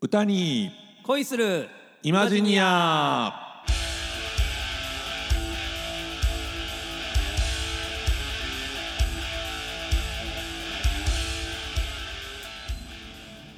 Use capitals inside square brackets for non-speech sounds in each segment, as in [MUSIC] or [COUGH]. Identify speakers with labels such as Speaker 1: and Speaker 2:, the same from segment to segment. Speaker 1: 歌に
Speaker 2: 恋する
Speaker 1: イマジニア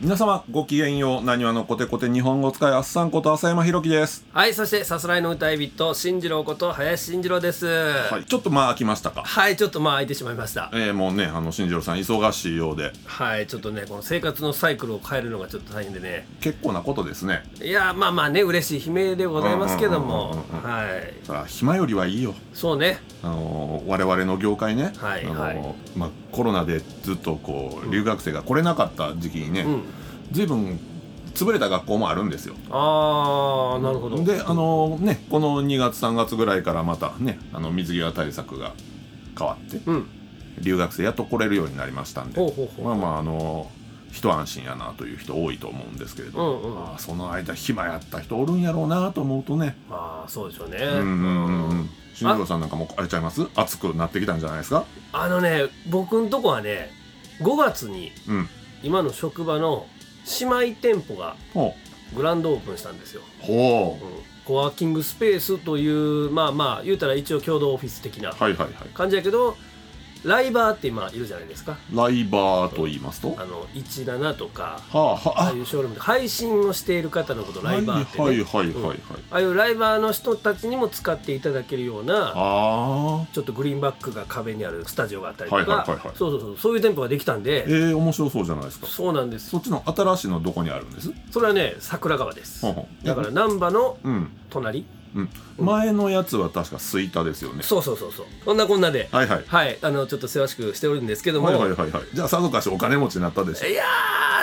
Speaker 1: 皆様ごきげんようなにわのコテコテ日本語使いあっさんこと浅山ひろきです、
Speaker 2: はいそしてさすらいの歌い人進次郎こと林進次郎ですは、
Speaker 1: はいい、ちょっとまあ飽きましたか
Speaker 2: ちょっとまあ空いてしまいました
Speaker 1: えー、もうねあの新次郎さん忙しいようで
Speaker 2: はいちょっとねこの生活のサイクルを変えるのがちょっと大変でね
Speaker 1: 結構なことですね
Speaker 2: いやーまあまあね嬉しい悲鳴でございますけどもはい
Speaker 1: そら暇よりはいいよ
Speaker 2: そうね
Speaker 1: あのー我々の業界ね、
Speaker 2: はい
Speaker 1: あのー
Speaker 2: はい
Speaker 1: まあ、コロナでずっとこう留学生が来れなかった時期にね、
Speaker 2: うん
Speaker 1: 随分潰れた学校もあるんですよ
Speaker 2: ああなるほど
Speaker 1: であのーねこの2月3月ぐらいからまたねあの水際対策が変わって
Speaker 2: うん
Speaker 1: 留学生やっと来れるようになりましたんで
Speaker 2: ほうほうほう
Speaker 1: まあまああのー一安心やなという人多いと思うんですけれども、
Speaker 2: うんうん
Speaker 1: あーその間暇やった人おるんやろうなと思うとね
Speaker 2: まあそうでしょうね
Speaker 1: うんうんうんうん新次郎さんなんかもうあれちゃいます暑くなってきたんじゃないですか
Speaker 2: あのね僕んとこはね5月に
Speaker 1: うん
Speaker 2: 今の職場の姉妹店舗が
Speaker 1: ほ
Speaker 2: グランドオープンしたんですよ、
Speaker 1: うほ
Speaker 2: う、
Speaker 1: うん
Speaker 2: コワーキングスペースというまあまあ言うたら一応共同オフィス的な
Speaker 1: はいはいはい
Speaker 2: 感じやけどライバーって今いるじゃないですか
Speaker 1: ライバーと言いますとは
Speaker 2: あの17とか
Speaker 1: あはあ
Speaker 2: ああいうショールームで配信をしている方のことライバーって、ね
Speaker 1: はいはいはいはいはい、
Speaker 2: ああいうライバーの人たちにも使っていただけるような
Speaker 1: ああ
Speaker 2: ちょっとグリーンバックが壁にあるスタジオがあったりと
Speaker 1: はい
Speaker 2: か
Speaker 1: はいはいはい
Speaker 2: そうそうそうそういう店舗ができたん
Speaker 1: え
Speaker 2: で
Speaker 1: ー、面白そうじゃないですか
Speaker 2: そうなんです
Speaker 1: そっちの新しいのどこにあるんです
Speaker 2: それはね桜川です
Speaker 1: ほんほん
Speaker 2: だから難波の
Speaker 1: うん
Speaker 2: 隣
Speaker 1: うん前のやつは確かスイタですよね
Speaker 2: そうそうそうそうそんなこんなで
Speaker 1: はいはい
Speaker 2: はいあのちょっと世話しくしておるんですけども、
Speaker 1: はいはいはいはいじゃあさぞかしお金持ちになったでしょ
Speaker 2: いや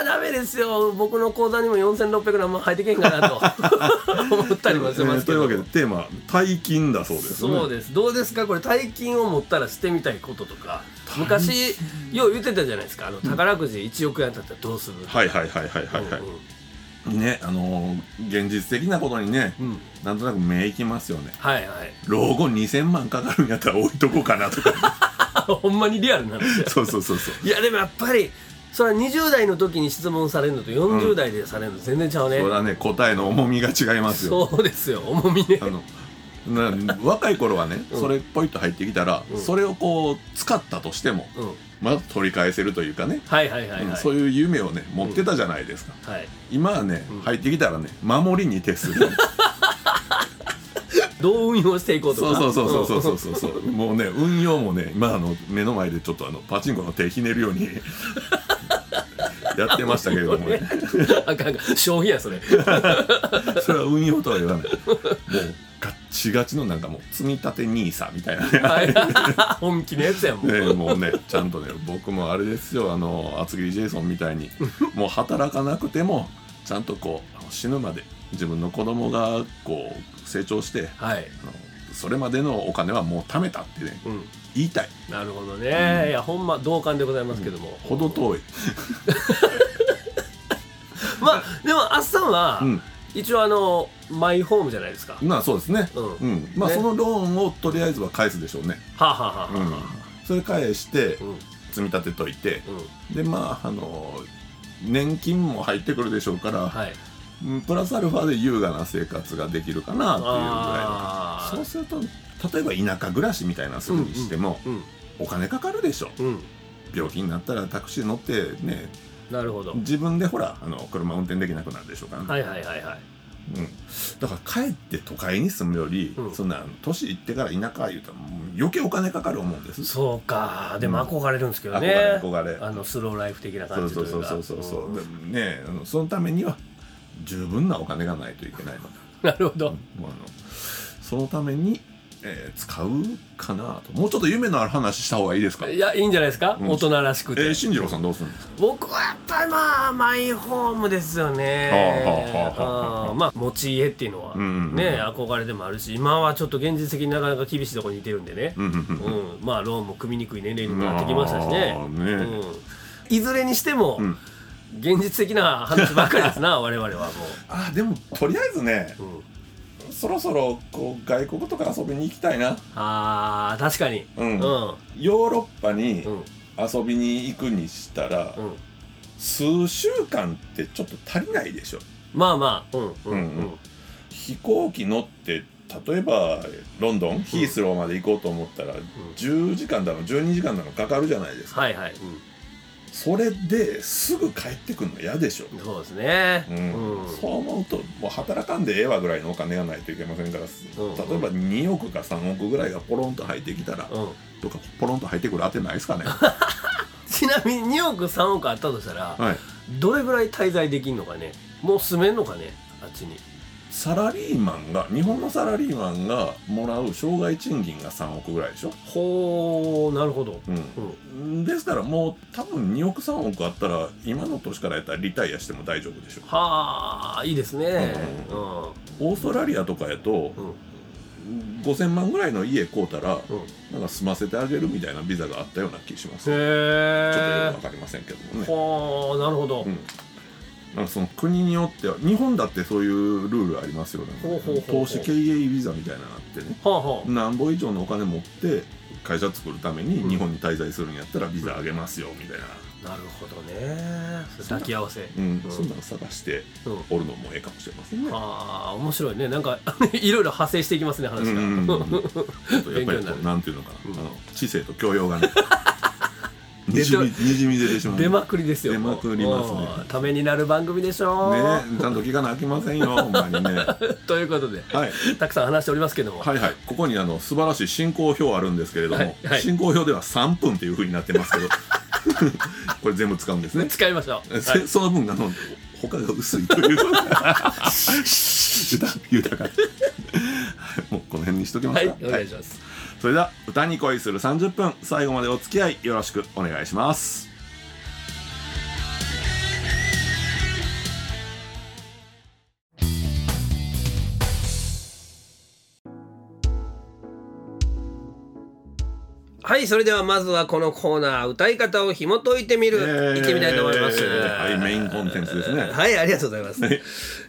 Speaker 2: ーダメですよ僕の口座にも4600何万入ってけん
Speaker 1: [LAUGHS]
Speaker 2: かなと思ったりもします
Speaker 1: えーと
Speaker 2: けど、
Speaker 1: いうわけでテーマ大金だそうですね
Speaker 2: そうですどうですかこれ大金を持ったらしてみたいこととか昔よう言ってたじゃないですかあの宝くじ1億円当たったらどうする
Speaker 1: はいはいはいはいはいはい、
Speaker 2: うんうん
Speaker 1: ねあのー現実的なことにね、
Speaker 2: うん
Speaker 1: なんとなく目いきますよね
Speaker 2: はいはい
Speaker 1: 老後2000万かかるんやったら置いとこうかなとか
Speaker 2: あほんまにリアルなんですよ
Speaker 1: [LAUGHS] そうそうそうそう
Speaker 2: いやでもやっぱりそれは20代の時に質問されるのと40代でされるの全然ちゃうね、
Speaker 1: それはね答えの重みが違いますよ
Speaker 2: そうですよ重みね
Speaker 1: あのな若い頃はね、
Speaker 2: うん
Speaker 1: それポイッと入ってきたら、
Speaker 2: うん
Speaker 1: それをこう使ったとしても
Speaker 2: うん
Speaker 1: まだ取り返せるというかね、
Speaker 2: はいはいはいはい、
Speaker 1: うんそういう夢をね持ってたじゃないですか、
Speaker 2: はい、
Speaker 1: 今はね、
Speaker 2: うん
Speaker 1: 入ってきたらね守りに徹す
Speaker 2: [LAUGHS]
Speaker 1: る
Speaker 2: どう運用していこうと
Speaker 1: そう
Speaker 2: か
Speaker 1: そうそうそうそうそうそうもうね運用もね今あの目の前でちょっとあのパチンコの手ひねるように [LAUGHS] やってましたけれども、ね、
Speaker 2: [LAUGHS] あかんかん消費やそれ
Speaker 1: [LAUGHS] それは運用とは言わないもうガッチガチのなんかもう積み立て NISA みたいなね
Speaker 2: はい [LAUGHS] 本気のやつやもん、
Speaker 1: ねえもうねちゃんとね僕もあれですよあの厚切りジェイソンみたいにもう働かなくてもちゃんとこうあの死ぬまで自分の子供がこう成長して
Speaker 2: はい、
Speaker 1: あのそれまでのお金はもう貯めたってね
Speaker 2: うん、
Speaker 1: 言いたい
Speaker 2: なるほどね、いやほんま同感でございますけども、
Speaker 1: ほど遠い、
Speaker 2: まあでもあっさんは、
Speaker 1: う
Speaker 2: 一応あのマイホームじゃないですか、
Speaker 1: ん、まあそうですね、
Speaker 2: うん
Speaker 1: うんまあ
Speaker 2: ね
Speaker 1: そのローンをとりあえずは返すでしょうね、
Speaker 2: はあ、はあはあ
Speaker 1: う
Speaker 2: は
Speaker 1: ん、それ返して
Speaker 2: あうんうん
Speaker 1: 積み立てといてでまああの年金も入ってくるでしょうから、
Speaker 2: はい
Speaker 1: うんプラスアルファで優雅な生活ができるかなっていうぐらいの
Speaker 2: あ
Speaker 1: そうすると例えば田舎暮らしみたいなするにしても、
Speaker 2: ーうん
Speaker 1: お金かかるでしょ
Speaker 2: うん
Speaker 1: 病気になったらタクシー乗ってね
Speaker 2: なるほど
Speaker 1: 自分でほらあの車運転できなくなるでしょうからね、
Speaker 2: はいはいはいはい
Speaker 1: うん、だから帰って都会に住むより、
Speaker 2: うん
Speaker 1: そんな年いってから田舎言うたらもう余計お金かかる思うんです
Speaker 2: そうかでも憧れるんですけど
Speaker 1: 憧
Speaker 2: ね、
Speaker 1: れ憧れ
Speaker 2: あのスローライフ的な
Speaker 1: そ
Speaker 2: 感
Speaker 1: う
Speaker 2: じ
Speaker 1: そ
Speaker 2: と
Speaker 1: う
Speaker 2: い
Speaker 1: そうう
Speaker 2: か
Speaker 1: そうそうそうんでもねあのそのためには十分なお金がないといけないの
Speaker 2: なるほど、
Speaker 1: もうあのそのために、えー使うかなともうちょっと夢のある話した方がいいですか
Speaker 2: いやいいんじゃないですか、
Speaker 1: うん
Speaker 2: 大人らしくて、
Speaker 1: えー、新次郎さんどうするんですか
Speaker 2: 僕はやっぱりまあマイホームですよね
Speaker 1: はあはあはあはあ
Speaker 2: あーまあ持ち家っていうのは
Speaker 1: うんうんうん
Speaker 2: ね憧れでもあるし今はちょっと現実的になかなか厳しいところにいてるんでね
Speaker 1: うんうん
Speaker 2: う
Speaker 1: うん
Speaker 2: んまあローンも組みにくい年齢にもなってきましたし
Speaker 1: まあ
Speaker 2: ね
Speaker 1: ね
Speaker 2: うんいずれにしても
Speaker 1: うん
Speaker 2: 現実的な話ばっかりです
Speaker 1: [LAUGHS]
Speaker 2: な我々はも
Speaker 1: あでもとりあえずね
Speaker 2: ううん
Speaker 1: そろそろこう外国とか遊びに行きたいな
Speaker 2: あー確かに
Speaker 1: う
Speaker 2: うんんうん
Speaker 1: ヨーロッパに
Speaker 2: うん
Speaker 1: 遊びに行くにしたら、数週間ってちょっと足りないでしょ
Speaker 2: まあまあうんうん
Speaker 1: うんうん飛行機乗って例えばロンドンヒースローまで行こうと思ったら、10時間だの12時間だのかかるじゃないですか、
Speaker 2: はいはい、
Speaker 1: それですぐ帰ってくるの嫌でしょ、
Speaker 2: うん、そうですね
Speaker 1: う
Speaker 2: うんん、うん
Speaker 1: そう思うともう働かんでええわぐらいのお金がないといけませんから、
Speaker 2: うん
Speaker 1: 例えば2億か3億ぐらいがポロンと入ってきたら、とかポロンと入ってくる当てないですか
Speaker 2: [LAUGHS]
Speaker 1: ねは
Speaker 2: ちなみに2億3億あったとしたら、
Speaker 1: い
Speaker 2: どれぐらい滞在できんのかねもう住めんのかねあっちに
Speaker 1: サラリーマンが日本のサラリーマンがもらう障害賃金が3億ぐらいでしょ、
Speaker 2: ほうなるほど、
Speaker 1: うん
Speaker 2: うん、
Speaker 1: ですからもう多分2億3億あったら今の年からやったらリタイアしても大丈夫でしょ
Speaker 2: はあいいですね
Speaker 1: う
Speaker 2: うん
Speaker 1: オーストラリアとかやと
Speaker 2: うん
Speaker 1: 5000万ぐらいの家買うたら
Speaker 2: うんへ
Speaker 1: なんか住ませてあげるみたいなビザがあったような気しますちょっとよく
Speaker 2: え
Speaker 1: 分かりませんけどもね
Speaker 2: はあなるほど、
Speaker 1: うんなんかその国によっては日本だってそういうルールありますよね
Speaker 2: ほうほうほうほ
Speaker 1: 投
Speaker 2: う
Speaker 1: 資経営ビザみたいなのがあってね
Speaker 2: はあはあ
Speaker 1: 何本以上のお金持って会社作るために日本に滞在するんやったらビザあげますよみたいな、
Speaker 2: なるほどねそれ抱き合わせ、
Speaker 1: うん
Speaker 2: うん
Speaker 1: そんなの探して
Speaker 2: うん
Speaker 1: おるのもええかもしれませんね。
Speaker 2: ああ面白いねなんか [LAUGHS] いろいろ派生していきますね
Speaker 1: うん
Speaker 2: 話
Speaker 1: う
Speaker 2: が、
Speaker 1: んうんうんちょっとやっぱり
Speaker 2: 勉強にな
Speaker 1: こう
Speaker 2: る
Speaker 1: なんていうのかな、
Speaker 2: うん
Speaker 1: あの知性と教養
Speaker 2: [LAUGHS]
Speaker 1: がねに
Speaker 2: 出
Speaker 1: じ
Speaker 2: て
Speaker 1: みにじみ出てしまう
Speaker 2: [LAUGHS] 出ま
Speaker 1: ね
Speaker 2: くりですよ
Speaker 1: 出まくりますね
Speaker 2: うんためになる番組でしょう、
Speaker 1: ちゃんと聞かなあきませんよほんまにね、はい、
Speaker 2: [LAUGHS] ということで
Speaker 1: はい
Speaker 2: たくさん話しておりますけども、
Speaker 1: はいここにあの素晴らしい進行表あるんですけれども、
Speaker 2: はいはい
Speaker 1: 進行表では3分っていうふうになってますけど [LAUGHS] これ全部使うんですね
Speaker 2: 使いましょう、は
Speaker 1: そ [LAUGHS]
Speaker 2: い
Speaker 1: その分あの他が薄いと
Speaker 2: [LAUGHS]
Speaker 1: いう豊か豊かもうこの辺にしときます
Speaker 2: はい
Speaker 1: か、
Speaker 2: お願いします、
Speaker 1: それでは歌に恋する30分最後までお付き合いよろしくお願いします
Speaker 2: はい、それではまずはこのコーナー歌い方を紐解いてみる、
Speaker 1: イエーイ
Speaker 2: 行ってみたいと思います
Speaker 1: はいメインコンテンツですね
Speaker 2: はいありがとうございます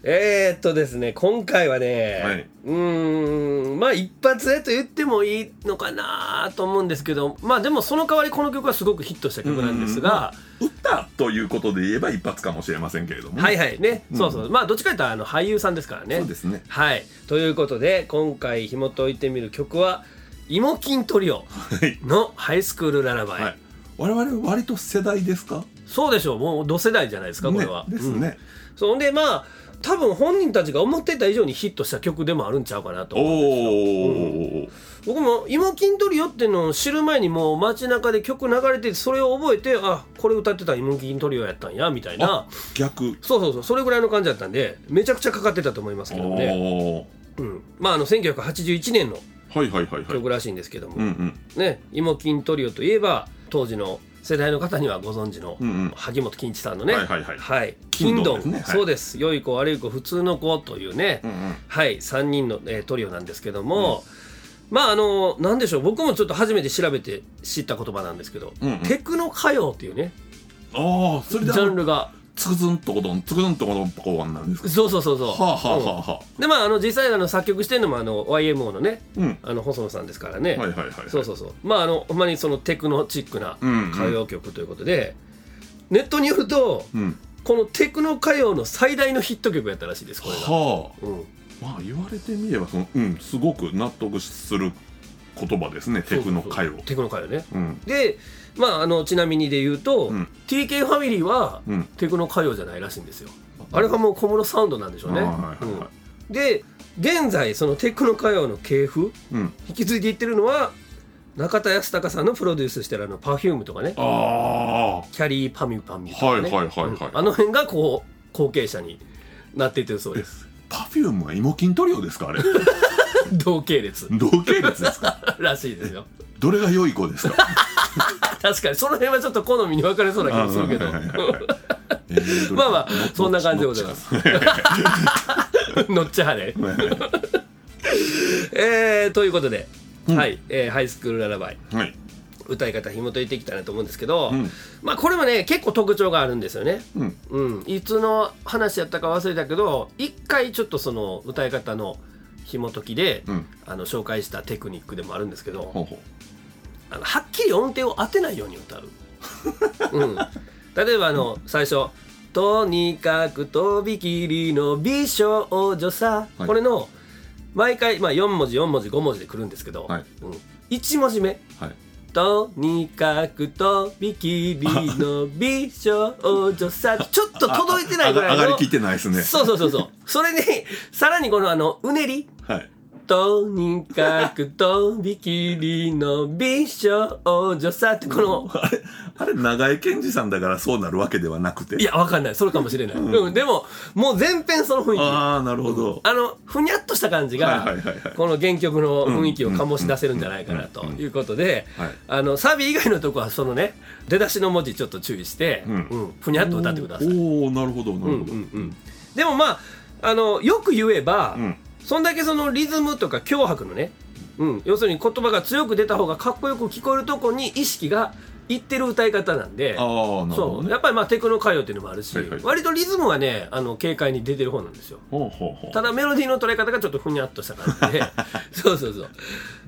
Speaker 2: えーっとですね今回はね、
Speaker 1: はいう
Speaker 2: ーんまあ一発でと言ってもいいのかなと思うんですけどまあでもその代わりこの曲はすごくヒットした曲なんですが、
Speaker 1: 歌ということで言えば一発かもしれませんけれどもね、
Speaker 2: はいはいね、そうそうまあどっちかというとあの俳優さんですからね
Speaker 1: そうですね
Speaker 2: はいということで今回紐解いてみる曲は「イモキントリオ
Speaker 1: はい」
Speaker 2: の「ハイスクールララバイ」
Speaker 1: はい我々割と世代ですか
Speaker 2: そうでしょうもう同世代じゃないですかこれは、
Speaker 1: ねですね、
Speaker 2: うんそんでまあ多分本人たちが思ってた以上にヒットした曲でもあるんちゃうかなと
Speaker 1: お
Speaker 2: 思うんです
Speaker 1: お、
Speaker 2: よ僕も「イモキントリオ」っていうのを知る前にもう街中で曲流れててそれを覚えてあこれ歌ってたイモキントリオやったんやみたいな
Speaker 1: 逆
Speaker 2: そうそうそうそれぐらいの感じだったんでめちゃくちゃかかってたと思いますけどもね、
Speaker 1: お
Speaker 2: うん、まああの1981年の
Speaker 1: ーはいはいはいはい
Speaker 2: 曲らしいんですけども、
Speaker 1: うんうん
Speaker 2: ねイモキントリオといえば当時の世代の方にはご存知の
Speaker 1: うんうん
Speaker 2: 萩本欽一さんのね、
Speaker 1: はいはいはい
Speaker 2: 金
Speaker 1: 金
Speaker 2: ド
Speaker 1: ドンですねは
Speaker 2: ン
Speaker 1: い
Speaker 2: そうです良い子悪い子普通の子というね、
Speaker 1: うんうん
Speaker 2: はい3人の、えートリオなんですけども、まああの何でしょう僕もちょっと初めて調べて知った言葉なんですけど、
Speaker 1: うんうん
Speaker 2: テクノ歌謡っていうね
Speaker 1: ああそれ
Speaker 2: ジ
Speaker 1: であ
Speaker 2: ャン
Speaker 1: の
Speaker 2: ルが
Speaker 1: つくずんとこどんつくずんとこどんとこんなんですか
Speaker 2: そうそうそうそう、
Speaker 1: はあはあはあはあ
Speaker 2: うんでまああの実際あの作曲してるのもあの YMO のね
Speaker 1: うん
Speaker 2: あの細野さんですからね、
Speaker 1: はいはいはいはい
Speaker 2: そうそうそうまああのほんまにそのテクノチックな
Speaker 1: うんうん
Speaker 2: 歌謡曲ということで、ネットによると
Speaker 1: うん
Speaker 2: このテクノ歌謡の最大のヒット曲やったらしいですこれが、
Speaker 1: はあ
Speaker 2: うん、
Speaker 1: まあ言われてみればそのうんすごく納得する言葉ですねテクノ会を
Speaker 2: テクノ歌謡ね
Speaker 1: うん
Speaker 2: でまああのちなみにで言うと、
Speaker 1: うん
Speaker 2: TK ファミリーは
Speaker 1: うん
Speaker 2: テクノ歌謡じゃないらしいんですよあれがもう小室サウンドなんでしょうね、
Speaker 1: はいはいはいはい
Speaker 2: うんで現在そのテクノ歌謡の系譜
Speaker 1: うん
Speaker 2: 引き継いでいってるのは中田泰孝さんのプロデュースしてるあの Perfume とかね
Speaker 1: ああ
Speaker 2: キャリーパミュパミュとか、
Speaker 1: はい
Speaker 2: ね、
Speaker 1: はいはいはい
Speaker 2: うんあの辺がこう後継者になっていってるそうです
Speaker 1: パフュームは芋筋トリオですか
Speaker 2: [LAUGHS]
Speaker 1: あれ
Speaker 2: 同系列
Speaker 1: 同系列ですから
Speaker 2: しいですよ
Speaker 1: どれが良い子ですか
Speaker 2: 確かにその辺はちょっと好みに分かれそうな気もするけど
Speaker 1: あーはいはいはいはいえーどれ
Speaker 2: まあまあそんな感じでございます [LAUGHS] のっちはねえーということで、
Speaker 1: うん
Speaker 2: はい、えーハイスクールララバイ
Speaker 1: はい
Speaker 2: 歌い方紐解いていきたいなと思うんですけど、
Speaker 1: うん
Speaker 2: まあこれもね結構特徴があるんですよね。
Speaker 1: うん
Speaker 2: うん、いつの話やったか忘れたけど一回ちょっとその歌い方の紐解きで、
Speaker 1: うん
Speaker 2: あの紹介したテクニックでもあるんですけど
Speaker 1: ほうほう
Speaker 2: あのはっきり音程を当てないように歌う。うん、だ例えばあの最初「とにかくとびきりの美少女さ」
Speaker 1: はい
Speaker 2: これの毎回、まあ、4文字4文字5文字で来るんですけど、
Speaker 1: はい
Speaker 2: うん、1文字目
Speaker 1: はい
Speaker 2: 「とにかくとびきりの美少女さ」ちょっと届いてないぐら
Speaker 1: あ
Speaker 2: い
Speaker 1: 上
Speaker 2: の
Speaker 1: がりきってないですね
Speaker 2: そうそうそうそうそれにさらにこのあのうねり
Speaker 1: はい
Speaker 2: とにかくとびきりの美少女さってこの
Speaker 1: あれあれ長井健二さんだからそうなるわけではなくて
Speaker 2: いやわかんないそれかもしれない、うん、でももう全編その雰囲気あ
Speaker 1: ああなるほど、
Speaker 2: のふにゃっとした感じが、
Speaker 1: はいはいはいはい
Speaker 2: この原曲の雰囲気を醸し出せるんじゃないかなということで、
Speaker 1: はい
Speaker 2: あのサビ以外のとこはそのね出だしの文字ちょっと注意して、う
Speaker 1: うんん
Speaker 2: ふにゃっと歌ってください。
Speaker 1: おおなるほどな
Speaker 2: うんう
Speaker 1: る
Speaker 2: ん
Speaker 1: ほど、
Speaker 2: うん、でもまああのよく言えば、
Speaker 1: うん
Speaker 2: そんだけそのリズムとか強迫のね、うん、要するに言葉が強く出た方がかっこよく聞こえるとこに意識がいってる歌い方なんで。
Speaker 1: ああなるほ
Speaker 2: そ
Speaker 1: ど
Speaker 2: う
Speaker 1: ね
Speaker 2: やっぱりまあテクノ歌謡っていうのもあるし、
Speaker 1: はいはい
Speaker 2: 割とリズムはねあの軽快に出てる方なんですよ
Speaker 1: ほうほうほう
Speaker 2: ただメロディーの捉え方がちょっとふにゃっとした感
Speaker 1: [LAUGHS]
Speaker 2: じでそうそうそ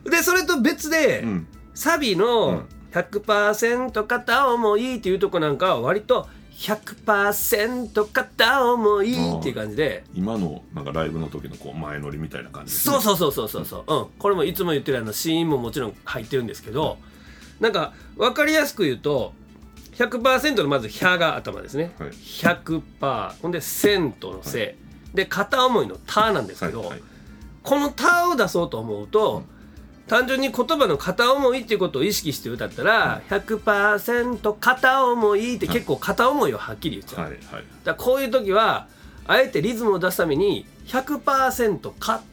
Speaker 2: うでそれと別で、
Speaker 1: うん
Speaker 2: サビ
Speaker 1: う
Speaker 2: の
Speaker 1: ん
Speaker 2: 「100%片思い」っていうとこなんかは割と「100%片思い」っていう感じで
Speaker 1: 今のなんかライブの時のこう前乗りみたいな感じですね
Speaker 2: そうそうそうそうそうそう、うん、これもいつも言ってるあのシーンももちろん入ってるんですけどなんか分かりやすく言うと100%のまず「100」が頭ですね、
Speaker 1: はい
Speaker 2: 100%ほんで「1000」との「せ」で片思いの「た」なんですけど、
Speaker 1: はいはい
Speaker 2: この「た」を出そうと思うと、単純に言葉の片思いっていうことを意識して歌ったら、100%片思いって結構片思いをはっきり言っちゃう、
Speaker 1: はいはい
Speaker 2: だからこういう時はあえてリズムを出すために100%かっ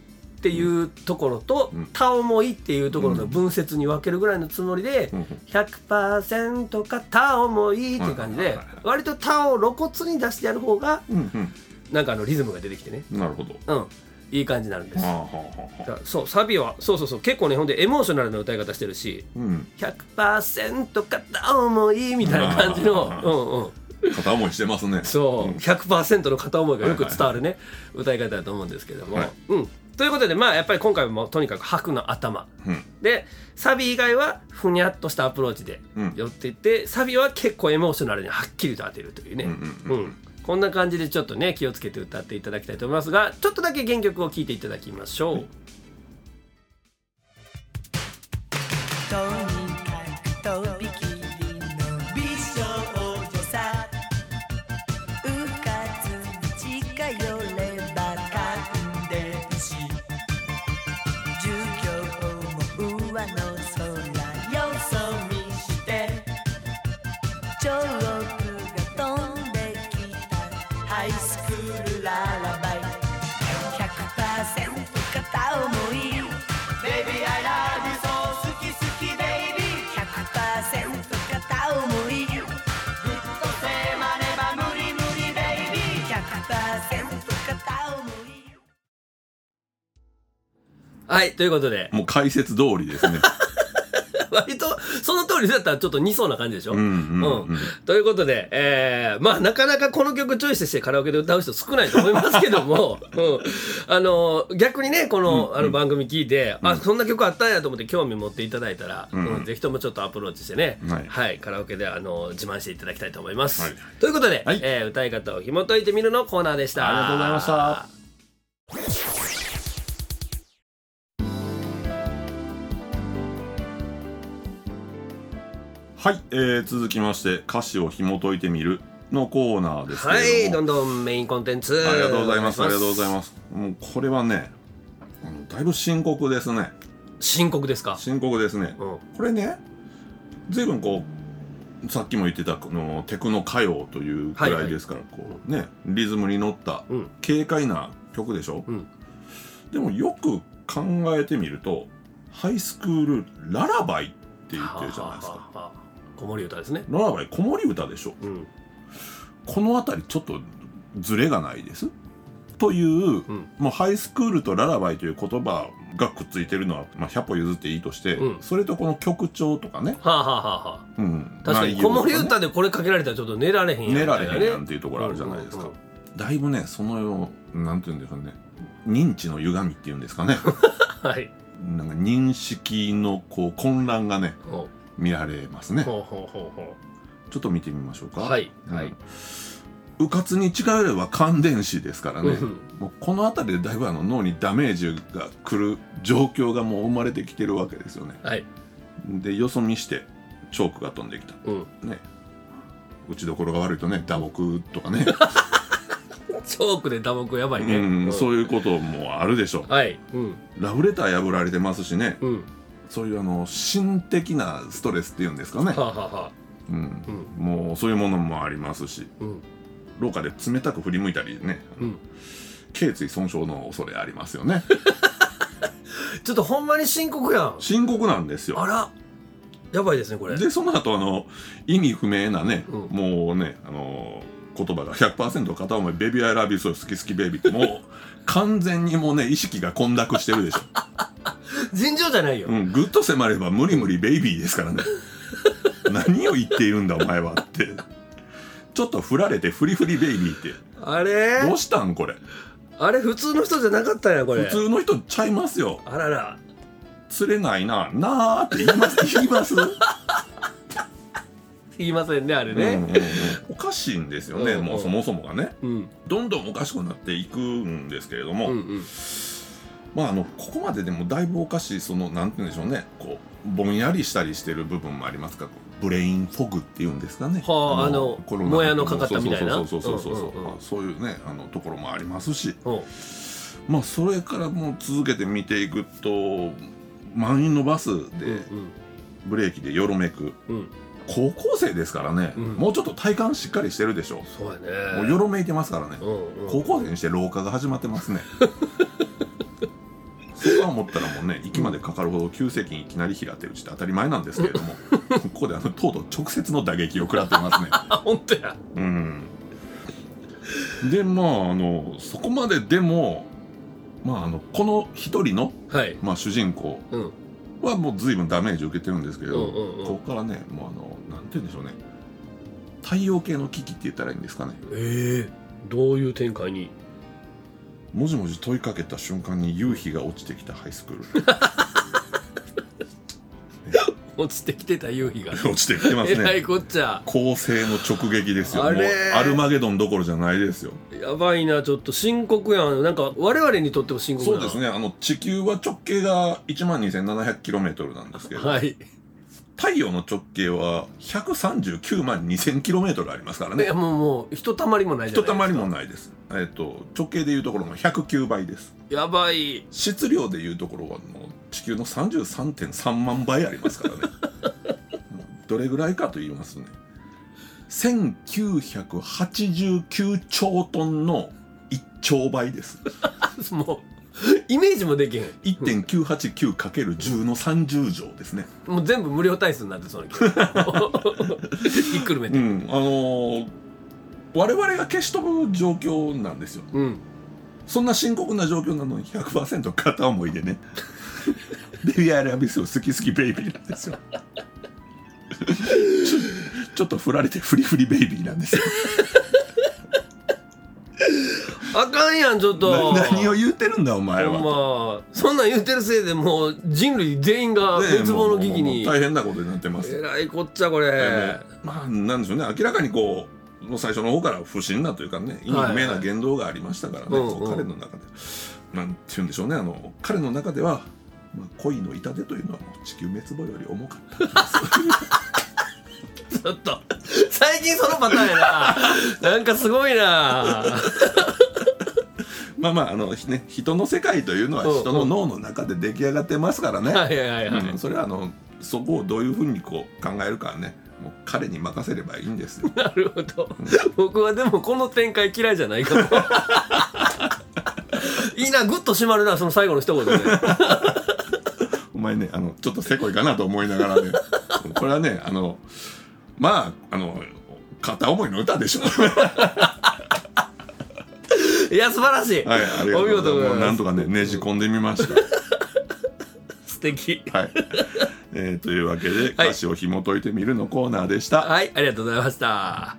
Speaker 2: ていうところと、
Speaker 1: うん
Speaker 2: 他思いっていうところの分節に分けるぐらいのつもりで、
Speaker 1: うん
Speaker 2: 100%か他思いっていう感じ
Speaker 1: はいはい
Speaker 2: で
Speaker 1: はいはい
Speaker 2: 割と他を露骨に出してやる方が
Speaker 1: うんうん
Speaker 2: なんかあのリズムが出てきてね、
Speaker 1: うんなるほど
Speaker 2: うん、いい感じになるんです。
Speaker 1: ああはあはあ
Speaker 2: だ
Speaker 1: はあ
Speaker 2: からそうサビはそうそうそう結構ねほんでエモーショナルな歌い方してるし
Speaker 1: うん
Speaker 2: 100%片思いみたいな感じの、
Speaker 1: あー
Speaker 2: うんうん、
Speaker 1: 片思いしてますね
Speaker 2: そう、
Speaker 1: うん
Speaker 2: 100%の片思いがよく伝わるね、歌い方だと思うんですけども、
Speaker 1: はい
Speaker 2: うんということでまあやっぱり今回もとにかく白の頭
Speaker 1: うん
Speaker 2: でサビ以外はふにゃっとしたアプローチで
Speaker 1: うん
Speaker 2: 寄っていってサビは結構エモーショナルにはっきりと当てるというね、
Speaker 1: うんうんうん
Speaker 2: こんな感じでちょっとね気をつけて歌っていただきたいと思いますがちょっとだけ原曲を聴いていただきましょう、
Speaker 3: とにかくとびきりの美少女さうかつに近寄れば噛んでるし住居をも上の空よそ見してチョークが飛んできたハイスクールララバイ100%片思い Baby I love you so 好き好き baby 100%片思いぐっと迫れば無理無理 baby 100%片思い
Speaker 2: はいということで [LAUGHS]
Speaker 1: もう解説通りです [LAUGHS] ね
Speaker 2: 割とその通りだったらちょっと似そうな感じでしょ、
Speaker 1: うんうん
Speaker 2: うんということで、えーまあなかなかこの曲チョイスしてカラオケで歌う人少ないと思いますけども、 [LAUGHS] うん、あの逆にねこの,、あの番組聞いて、あそんな曲あったんやと思って興味持っていただいたら、
Speaker 1: んうん
Speaker 2: うんぜひともちょっとアプローチしてね、
Speaker 1: はい
Speaker 2: カラオケであの自慢していただきたいと思います。
Speaker 1: はい
Speaker 2: ということで、
Speaker 1: はい
Speaker 2: えー歌い方を紐解いてみるのコーナーでした。
Speaker 1: ありがとうございました。はい、えー、続きまして歌詞を紐解いてみるのコーナーですけ
Speaker 2: は
Speaker 1: れ
Speaker 2: い、
Speaker 1: ど
Speaker 2: ど
Speaker 1: も
Speaker 2: んどんメインコンテンツ。
Speaker 1: ありがとうございますありがとうござい
Speaker 2: す。
Speaker 1: ますもうこれはねあのだいぶ深刻ですね
Speaker 2: 深刻ですか。
Speaker 1: 深刻ですね
Speaker 2: うん、
Speaker 1: これね随分こうさっきも言ってたこのテクノ歌謡というくらいですから、こうねリズムに乗った
Speaker 2: うん
Speaker 1: 軽快な曲でしょ、
Speaker 2: うん
Speaker 1: でもよく考えてみるとハイスクールララバイって言ってるじゃないですか
Speaker 2: はあはあはあ。子守歌ですね。
Speaker 1: ララバイ子守歌でしょ
Speaker 2: うん、
Speaker 1: この辺りちょっとズレがないですという、
Speaker 2: ん
Speaker 1: もうハイスクールとララバイという言葉がくっついてるのは、まあ、100歩譲っていいとして、
Speaker 2: うん
Speaker 1: それとこの曲調とかね、
Speaker 2: はあ、はあはあはあ。
Speaker 1: うん、
Speaker 2: 確かに
Speaker 1: 内
Speaker 2: 子
Speaker 1: 容と
Speaker 2: 守
Speaker 1: ね
Speaker 2: 歌でこれかけられたらちょっと寝られへんやん
Speaker 1: 寝られ
Speaker 2: み
Speaker 1: へ
Speaker 2: たい
Speaker 1: ん
Speaker 2: な
Speaker 1: やんっていうところあるじゃないですか、
Speaker 2: うんうん
Speaker 1: だいぶねそのようなんていうんですかね認知の歪みっていうんですかね [LAUGHS]
Speaker 2: はい
Speaker 1: なんか認識のこう混乱がね
Speaker 2: ほ
Speaker 1: 見られますね
Speaker 2: うほうほうほうほ
Speaker 1: ちょっと見てみましょうか
Speaker 2: はい
Speaker 1: うん
Speaker 2: はいう
Speaker 1: かつに近寄れば感電死ですからね、
Speaker 2: うん
Speaker 1: もうこの辺りでだいぶあの脳にダメージが来る状況がもう生まれてきてるわけですよね
Speaker 2: はい
Speaker 1: でよそ見してチョークが飛んできた
Speaker 2: うん
Speaker 1: ね打ちどころが悪いとね打撲と
Speaker 2: [LAUGHS]
Speaker 1: かね、
Speaker 2: チョークで打撲やばいね、
Speaker 1: うん、そうういうこともあるでしょ
Speaker 2: んはいうん
Speaker 1: うラブレター破られてますしね
Speaker 2: うん
Speaker 1: そういうあの心的なストレスっていうんですかね
Speaker 2: はあ、はあはあ
Speaker 1: うん
Speaker 2: う、ん
Speaker 1: もうそういうものもありますし
Speaker 2: うん
Speaker 1: 廊下で冷たく振り向いたりね
Speaker 2: うん
Speaker 1: 頸椎損傷の恐れありますよね
Speaker 2: ちょっとほんまに深刻やん
Speaker 1: 深刻なんですよ
Speaker 2: あらやばいですねこれ
Speaker 1: でその後あの意味不明なね、
Speaker 2: うん
Speaker 1: もうねあの言葉が100%片思い「ベビー・アイ・ラビー・ソー好き好きベイビー」っても
Speaker 2: [LAUGHS]
Speaker 1: う完全にもうね意識が混濁してるでしょ、
Speaker 2: 尋常じゃないよ、
Speaker 1: うん、ぐっと迫れば「無理無理ベイビー」ですから
Speaker 2: [LAUGHS]
Speaker 1: ね何を言っているんだお前はってちょっと振られて「フリフリベイビー」って
Speaker 2: あれ
Speaker 1: どうしたんこれ
Speaker 2: あれ普通の人じゃなかったんやこれ
Speaker 1: 普通の人ちゃいますよ
Speaker 2: あらら
Speaker 1: 釣れないななあって言います言い
Speaker 2: [LAUGHS]
Speaker 1: ます
Speaker 2: 言いませんねあれ
Speaker 1: うん
Speaker 2: ね
Speaker 1: うんうんおかしいんですよね、
Speaker 2: うんうん
Speaker 1: もうそもそもがね
Speaker 2: うん
Speaker 1: どんどんおかしくなっていくんですけれど
Speaker 2: う
Speaker 1: も、
Speaker 2: んうん
Speaker 1: まああのここまででもだいぶおかしいそのなんて言うんでしょうねこうぼんやりしたりしてる部分もありますからブレインフォグっていうんですかね
Speaker 2: はああの
Speaker 1: コロナ
Speaker 2: もやのかかったみたいな
Speaker 1: そうそうそうそうそうそう
Speaker 2: うんうんうん
Speaker 1: そういうねあのところもありますし
Speaker 2: お
Speaker 1: まあそれからもう続けて見ていくと満員のバス
Speaker 2: うん
Speaker 1: でブレーキでよろめく
Speaker 2: うんうん
Speaker 1: 高校生ですからね、
Speaker 2: うん
Speaker 1: もうちょっと体感しっかりしてるでしょ
Speaker 2: そうやね
Speaker 1: もうよろめいてますからね、
Speaker 2: うんうん
Speaker 1: 高校生にして老化が始まって
Speaker 2: [LAUGHS]
Speaker 1: ますねそうは思ったらもうね息までかかるほど急性期いきなり平手打ちって当たり前なんですけれどもここであのとうとう直接の打撃を食らってます
Speaker 2: [LAUGHS]
Speaker 1: ね
Speaker 2: あ本当や
Speaker 1: うんでまああのそこまででもまああのこの一人の、
Speaker 2: はい
Speaker 1: まあ、主人公
Speaker 2: うん
Speaker 1: はもう随分ダメージ受けてるんですけ
Speaker 2: う
Speaker 1: ど、
Speaker 2: んうんう
Speaker 1: こ
Speaker 2: ん
Speaker 1: こからねもうあのなんて言うんでしょうね太陽系の危機って言ったらいいんですかね
Speaker 2: ええどういう展開に
Speaker 1: もじもじ問いかけた瞬間に夕日が落ちてきたハイスクール
Speaker 2: 落ちてきてた夕日が [LAUGHS]
Speaker 1: 落ちてきてま
Speaker 2: え
Speaker 1: す
Speaker 2: らい
Speaker 1: ね
Speaker 2: こっちゃ
Speaker 1: 構成の直撃ですよ
Speaker 2: あ
Speaker 1: もう
Speaker 2: れー
Speaker 1: アルマゲドンどころじゃないですよ
Speaker 2: やばいなちょっと深刻やんなんか我々にとっても深刻
Speaker 1: そ
Speaker 2: や
Speaker 1: う
Speaker 2: な
Speaker 1: ですねあの地球は直径が1万 2700km なんですけど、
Speaker 2: はい
Speaker 1: 太陽の直径は139万 2000km ありますから
Speaker 2: い
Speaker 1: ね
Speaker 2: やもうもうひとたまりもない
Speaker 1: ひ
Speaker 2: じゃ
Speaker 1: と
Speaker 2: ないで
Speaker 1: たま
Speaker 2: すか
Speaker 1: りもないです、えっと直径でいうところの109倍です
Speaker 2: やばい
Speaker 1: 質量でいうところはもう地球の33.3万倍ありますからね [LAUGHS] うんどれぐらいかと言いますとね1989兆トンの1兆倍です
Speaker 2: もうイメージもできへん
Speaker 1: 1.989×10 の30乗ですね
Speaker 2: もう全部無料体数になってその気ひ
Speaker 1: [LAUGHS]
Speaker 2: っくるめ
Speaker 1: う
Speaker 2: て
Speaker 1: んあのー我々が消し飛ぶ状況なんですよ
Speaker 2: うん
Speaker 1: そんな深刻な状況なのに100%片思いでね [LAUGHS] ベビーアイラビスを好き好きベイビーなんですよ [LAUGHS] ちょちょっと振られてフリフリベイビーなんですよ
Speaker 2: あかんやんちょっと
Speaker 1: な何を言ってるんだお前は、
Speaker 2: ほんまそんなん言うてるせいでもう人類全員が
Speaker 1: ねえ
Speaker 2: 滅亡の危機
Speaker 1: もうもう
Speaker 2: に
Speaker 1: 大変なことになってます
Speaker 2: えらいこっちゃこれ、
Speaker 1: えーまあなんでしょうね明らかにこうもう最初の方から不審なというかね意味不明な言動がありましたからね、
Speaker 2: はいはい
Speaker 1: そう
Speaker 2: うんうん
Speaker 1: 彼の中でなんて言うんでしょうねあの彼の中では、まあ、恋の痛手というのはもう地球滅亡より重かった
Speaker 2: ちょっと最近そのパターンやななんかすごいな
Speaker 1: まあまああの、ね、人の世界というのは
Speaker 2: うんうん
Speaker 1: 人の脳の中で出来上がってますからね、
Speaker 2: はいはいはいはい、
Speaker 1: うんそれはあのそこをどういうふうにこう考えるかはねもう彼に任せればいいんです
Speaker 2: [LAUGHS]
Speaker 1: よ
Speaker 2: なるほど僕はでもこの展開嫌いじゃないかもいいなグッと締まるなその最後の一言で
Speaker 1: お前ねあのちょっとせこいかなと思いながら
Speaker 2: [LAUGHS]
Speaker 1: ねこれはねあのまああの片思いの歌でしょ
Speaker 2: [LAUGHS] いや素晴らしい、
Speaker 1: はいありがとうござい
Speaker 2: お見事でござ
Speaker 1: ます
Speaker 2: います
Speaker 1: もうなんとかねねじ込んでみました
Speaker 2: 素敵 [LAUGHS]
Speaker 1: はい、えーというわけで
Speaker 2: はい
Speaker 1: 歌詞を紐解いてみるのコーナーでした、
Speaker 2: はいありがとうございました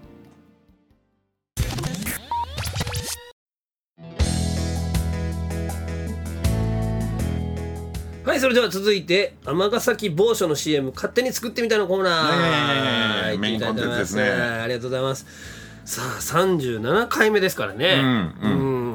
Speaker 2: はいそれでは続いて尼崎某所の CM 勝手に作ってみたのコーナ
Speaker 1: ねえ
Speaker 2: ー、行ってみた
Speaker 1: メインコ
Speaker 2: いと思いま
Speaker 1: ンテンツですね
Speaker 2: ありがとうございますさあ37回目ですからね、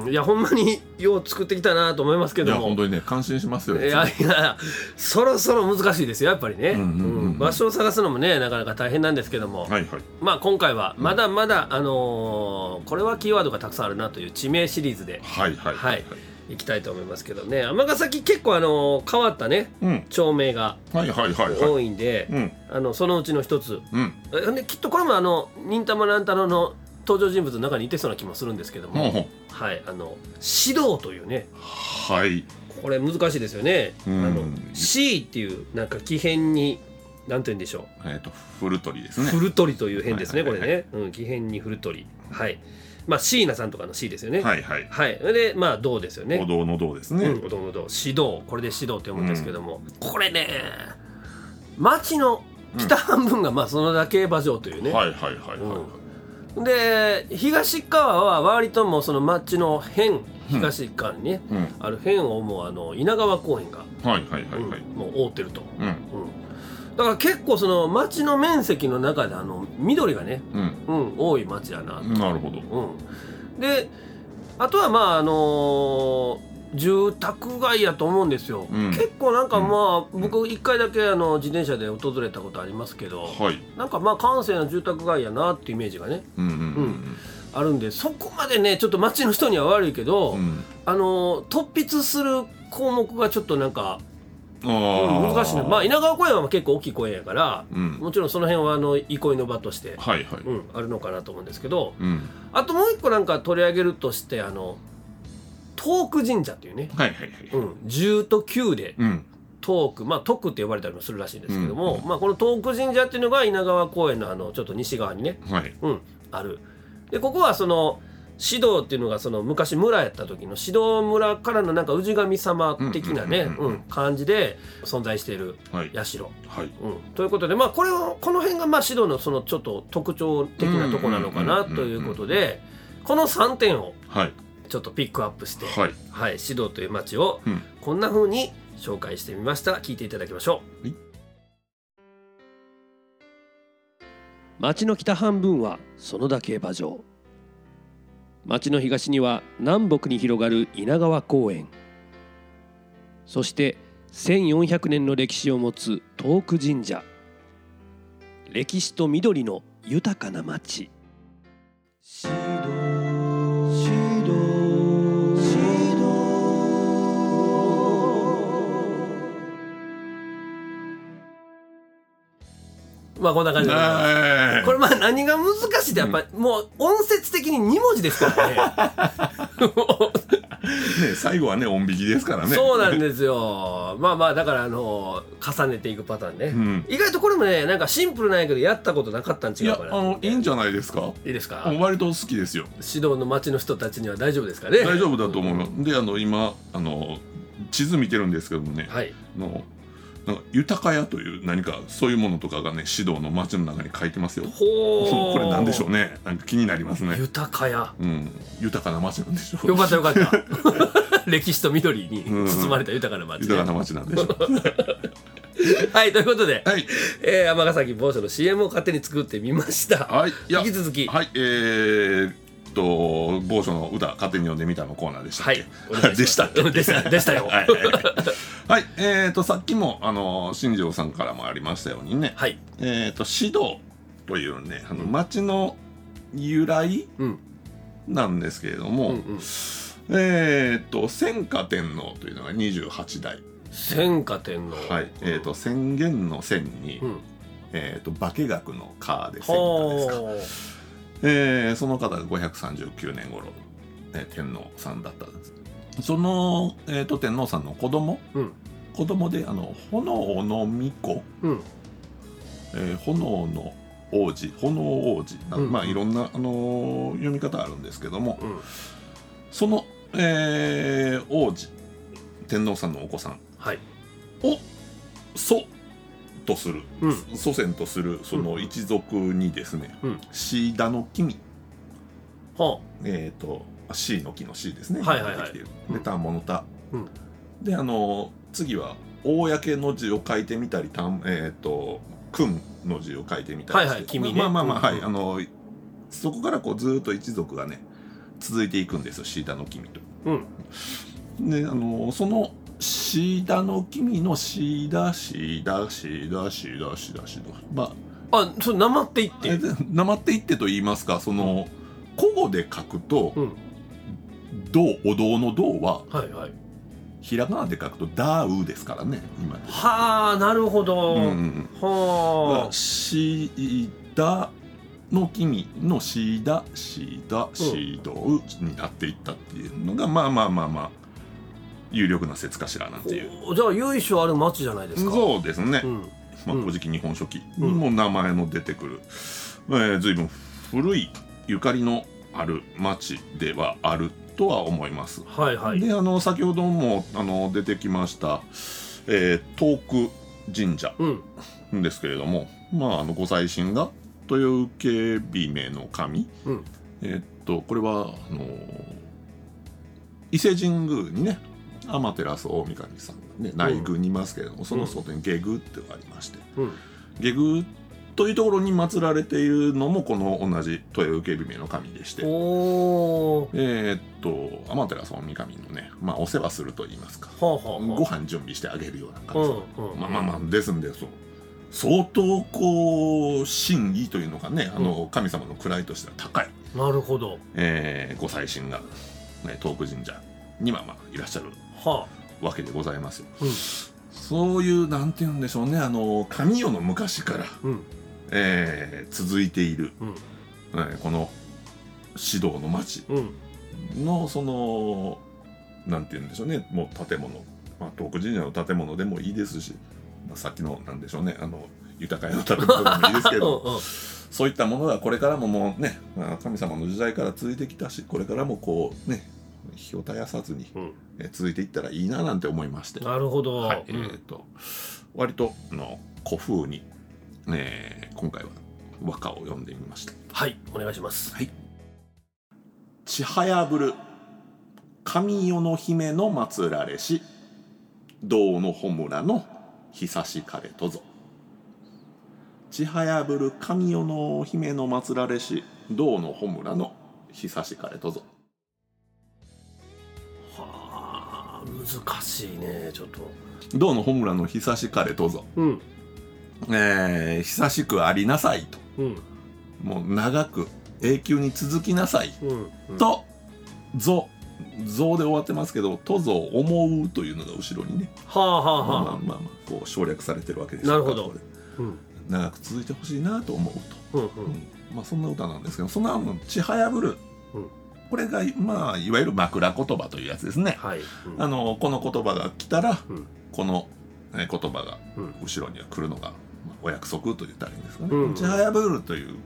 Speaker 1: うん
Speaker 2: いやほんまによう作ってきたなと思いますけ
Speaker 1: い
Speaker 2: ど
Speaker 1: や
Speaker 2: も
Speaker 1: 本当にね感心しますよ
Speaker 2: いやいやそろそろ難しいですよやっぱりね、
Speaker 1: んうんうんうん
Speaker 2: うん場所を探すのもねなかなか大変なんですけども、
Speaker 1: はいはい
Speaker 2: まあ今回はまだまだ、あのーこれはキーワードがたくさんあるなという地名シリーズで
Speaker 1: はいはい
Speaker 2: はい、いきたいと思いますけどね尼崎結構あのー変わったね
Speaker 1: うん
Speaker 2: 町名が
Speaker 1: はいはいはいは
Speaker 2: 多
Speaker 1: い
Speaker 2: いんで、
Speaker 1: うん
Speaker 2: あのそのうちの一つ
Speaker 1: うん
Speaker 2: えできっとこれもあの忍たま乱太郎の登場人物の中にいてそうな気もするんですけど
Speaker 1: ほう
Speaker 2: も、
Speaker 1: ほう
Speaker 2: はいあの指導というね
Speaker 1: はい
Speaker 2: これ難しいですよね、
Speaker 1: うん
Speaker 2: あの C っていうなんか奇変になんて言うんでしょう
Speaker 1: えっとフルトリですね
Speaker 2: フルトリという変ですね、
Speaker 1: はいはいはい
Speaker 2: これね。うん、奇変にフルトリ。はい。まあ、椎名さんとかの C ですよね。
Speaker 1: はいはい
Speaker 2: はい。それで、まあ、銅ですよね。
Speaker 1: お堂の堂です
Speaker 2: う
Speaker 1: ね
Speaker 2: ん、お堂の銅。指導。これで指導って読むんですけども。これね、町の北半分が、まあ、そのだけ馬上というね。
Speaker 1: はいはいはいはいは
Speaker 2: で、東側は割ともうその町の辺、東側にね、
Speaker 1: いうん
Speaker 2: ある辺をもう、あの、稲川公園が、
Speaker 1: はいはいはいはい
Speaker 2: うんもう覆ってると。
Speaker 1: うん
Speaker 2: うん。だから結構その町の面積の中であの緑がね
Speaker 1: うん
Speaker 2: うん、多い町やな、
Speaker 1: なるほど
Speaker 2: うん、であとはまああのー住宅街やと思うんですよ、
Speaker 1: うん
Speaker 2: 結構なんかまあ、
Speaker 1: ん
Speaker 2: 僕一回だけあの自転車で訪れたことありますけど、
Speaker 1: はい
Speaker 2: なんかまあ閑静な住宅街やなってイメージがね
Speaker 1: うんうん
Speaker 2: あるんでそこまでねちょっと町の人には悪いけど、
Speaker 1: うんうん
Speaker 2: あのー突筆する項目がちょっとなんか、
Speaker 1: あ
Speaker 2: うん
Speaker 1: ー
Speaker 2: 難しいねまあ稲川公園は結構大きい公園やから
Speaker 1: うん
Speaker 2: もちろんその辺はあの憩いの場として、
Speaker 1: はいはい
Speaker 2: うん、あるのかなと思うんですけど、
Speaker 1: うん
Speaker 2: あともう一個なんか取り上げるとしてあの東区神社っていうね、
Speaker 1: はいはいは
Speaker 2: う
Speaker 1: い
Speaker 2: ん、10と9で
Speaker 1: うん
Speaker 2: 東区まあ徳って呼ばれたりもするらしいんですけども、
Speaker 1: うん
Speaker 2: まあ、この東区神社っていうのが稲川公園のあのちょっと西側にね、
Speaker 1: はい
Speaker 2: うん、あるでここはその指導っていうのがその昔村やった時の指導村からのなんか氏神様的なね
Speaker 1: うんうんうんうん
Speaker 2: うん感じで存在している
Speaker 1: はい
Speaker 2: 社、
Speaker 1: はい
Speaker 2: うん、ということでまあこれをこの辺がまあ指導のそのちょっと特徴的なとこなのかな
Speaker 1: うんうん
Speaker 2: と
Speaker 1: うんうん
Speaker 2: いうことでこの3点を
Speaker 1: はい
Speaker 2: ちょっとピックアップして、
Speaker 1: はい
Speaker 2: はい、指導という街を
Speaker 1: うん
Speaker 2: こんな風に紹介してみました。聞いていただきましょう。
Speaker 1: はい
Speaker 2: 街の北半分は園田競馬場。街の東には南北に広がる稲川公園。そして1400年の歴史を持つ東久神社。歴史と緑の豊かな街。
Speaker 4: シドシドシ
Speaker 2: まあこんな感じでございます。
Speaker 1: え [LAUGHS] ー
Speaker 2: これまあ何が難しいってやっぱり、もう音節的に2文字ですからね。も
Speaker 1: ね最後はね音引きですから [LAUGHS]
Speaker 2: う
Speaker 1: ね
Speaker 2: そうなんですよ。まあまあだからあの重ねていくパターンね。
Speaker 1: うん
Speaker 2: 意外とこれもねなんかシンプルなんやけどやったことなかったん
Speaker 1: い
Speaker 2: 違
Speaker 1: や
Speaker 2: うか
Speaker 1: あ
Speaker 2: ら。
Speaker 1: のいいんじゃないですか
Speaker 2: いいですか。
Speaker 1: 割と好きですよ
Speaker 2: 指導の町の人たちには大丈夫ですかね。
Speaker 1: [LAUGHS] 大丈夫だと思うよであの今あの地図見てるんですけどもね、
Speaker 2: はい。
Speaker 1: のなんか豊か屋という何かそういうものとかがね指導の街の中に書いてますよ
Speaker 2: ほ
Speaker 1: こ
Speaker 2: う。
Speaker 1: れなんでしょうねなんか気になり
Speaker 2: [LAUGHS]
Speaker 1: ますね
Speaker 2: 豊かや。
Speaker 1: うん豊かな街なんでしょう
Speaker 2: よかったよかった。 [LAUGHS] 歴史と緑に包まれた豊かな町、ね
Speaker 1: 豊かな街なんでしょう
Speaker 2: はいということで、
Speaker 1: はい
Speaker 2: えー、尼崎某所の CM を勝手に作ってみました。
Speaker 1: はいいや
Speaker 2: 引き続き、
Speaker 1: はいえー、っと某所の歌勝手に読んでみたのコーナーでした
Speaker 2: は
Speaker 1: っ
Speaker 2: い
Speaker 1: け、
Speaker 2: お願いします
Speaker 1: でしたっけ
Speaker 2: [LAUGHS] うんでしたでしたよ
Speaker 1: はい、はいえー、っとさっきもあの新庄さんからもありましたようにね
Speaker 2: はい。
Speaker 1: えー、と指導というねあの町の由来
Speaker 2: うん。
Speaker 1: なんですけれど
Speaker 2: う
Speaker 1: も、
Speaker 2: んうん。
Speaker 1: えー、と千家天皇というのが28代、
Speaker 2: 千華天皇。
Speaker 1: はいえー、と宣言の千に、
Speaker 2: うん。
Speaker 1: えー、と化学の家で千家ですか、
Speaker 2: ほ
Speaker 1: えーその方が539年頃、えー天皇さんだったんですその、えー、と天皇さんの子供
Speaker 2: う。うん。
Speaker 1: 子供であの炎の巫女
Speaker 2: うん。
Speaker 1: えー炎の王子炎王子など
Speaker 2: うん
Speaker 1: まあいろんな、あのー読み方あるんですけども
Speaker 2: うん。
Speaker 1: その、えー王子天皇さんのお子さん
Speaker 2: はい。
Speaker 1: を祖とする、
Speaker 2: うん。
Speaker 1: 祖先とするその一族にですね、
Speaker 2: うん
Speaker 1: シーダの君
Speaker 2: は
Speaker 1: えっ、ー、と C の木の C ですね、
Speaker 2: はいはいはい
Speaker 1: 出てきている
Speaker 2: うん
Speaker 1: で田んぼの田、
Speaker 2: うん
Speaker 1: であのー次は公の字を書いてみたり、たんえっ、と、くんの字を書いてみたりして。
Speaker 2: はいはい君ね
Speaker 1: まあまあまあ、
Speaker 2: うん
Speaker 1: はい。あの、そこからこうずーっと一族がね、続いていくんですよ、シータの君と。
Speaker 2: うん
Speaker 1: で、あの、その、シータの君のシーダ、シーダ、シーダ、シーダ、シーダ、シーダ。まあ、
Speaker 2: あそれなまっていって
Speaker 1: えでなまっていってと言いますか、その、古語で書くと
Speaker 2: う、ん
Speaker 1: 銅、お堂の銅は、
Speaker 2: はいはい
Speaker 1: ひらがなで書くと、ダーウですからね、今で。
Speaker 2: はあなるほど、
Speaker 1: うんうんうん
Speaker 2: はあ
Speaker 1: がシーダの君のシーダシーダシードウになっていったっていうのがまあまあまあまあ有力な説かしらなんていう
Speaker 2: おじゃあ由緒ある町じゃないですか
Speaker 1: そうですね、
Speaker 2: うん、うん
Speaker 1: まあ
Speaker 2: うん
Speaker 1: 古事記日本書紀
Speaker 2: う
Speaker 1: に
Speaker 2: ん
Speaker 1: も名前の出てくる、えー、随分古いゆかりのある町ではあるとは思います
Speaker 2: はいはい
Speaker 1: であの先ほどもあの出てきました、えー、東区神社
Speaker 2: うん
Speaker 1: ですけれども、まあ、あのご祭神が豊受美名の神、
Speaker 2: うん
Speaker 1: えっとこれはあの伊勢神宮にね天照大神さんがね内宮にいますけれども、その外に下宮っていうのがありまして、
Speaker 2: うん
Speaker 1: 下宮というところに祀られているのもこの同じ豊受美名の神でして。
Speaker 2: おお
Speaker 1: えーっと天照大神のね、まあ、お世話すると言いますか
Speaker 2: はあはあはあ
Speaker 1: ご飯準備してあげるような感じの
Speaker 2: うんうん
Speaker 1: まあまあまあですんでそう相当こう真意というのがねあの神様の位としては高い、
Speaker 2: なるほど
Speaker 1: えーご祭神が、ね、東福神社にはまあいらっしゃる
Speaker 2: は
Speaker 1: わけでございますよ、
Speaker 2: うん
Speaker 1: そういうなんて言うんでしょうねあの神代の昔から、
Speaker 2: あうん
Speaker 1: えー続いている、
Speaker 2: うん
Speaker 1: えーこの指導の町
Speaker 2: うん
Speaker 1: のそのなんて言うんでしょうねもう建物、まあ、東福神社の建物でもいいですし、まあ、さっきのなんでしょうねあの豊か屋の建物でもいいですけ
Speaker 2: [LAUGHS] うん
Speaker 1: ど
Speaker 2: うん
Speaker 1: そういったものがこれからももうねまあ神様の時代から続いてきたしこれからもこうね火を絶やさずに
Speaker 2: うん
Speaker 1: え続いていったらいいななんて思いまして、
Speaker 2: なるほど、
Speaker 1: はいえ
Speaker 2: うん
Speaker 1: ー、と割とあの古風に、えー今回は和歌を読んでみました。
Speaker 2: はいお願いします
Speaker 1: ちはやぶる神代の姫の祀られし道の穂村の久しかれとぞちはやぶる神代の姫の祀られし道の穂村の久しかれとぞ
Speaker 2: はあ難しいねちょっと
Speaker 1: 道の穂村の久しかれとぞ
Speaker 2: うん
Speaker 1: えー、久しくありなさいと
Speaker 2: うん
Speaker 1: もう長く永久に続きなさい
Speaker 2: うんうん
Speaker 1: とぞぞで終わってますけどとぞ思うというのが後ろにね
Speaker 2: はあはあ
Speaker 1: まあまあ
Speaker 2: はあ
Speaker 1: まあまあこう省略されてるわけです
Speaker 2: なるほど
Speaker 1: これ
Speaker 2: うん
Speaker 1: 長く続いてほしいなと思うと、
Speaker 2: うんう
Speaker 1: うん
Speaker 2: ん
Speaker 1: まあそんな歌なんですけどそんなの「ちはやぶる」
Speaker 2: うん
Speaker 1: これがまあいわゆる枕言葉というやつですね、
Speaker 2: はいうん
Speaker 1: あのこの言葉が来たら、
Speaker 2: うん
Speaker 1: このえ言葉が
Speaker 2: うん
Speaker 1: 後ろには来るのが、まあお約束と言ったらいいんですかね「
Speaker 2: うん
Speaker 1: ちはやぶる」という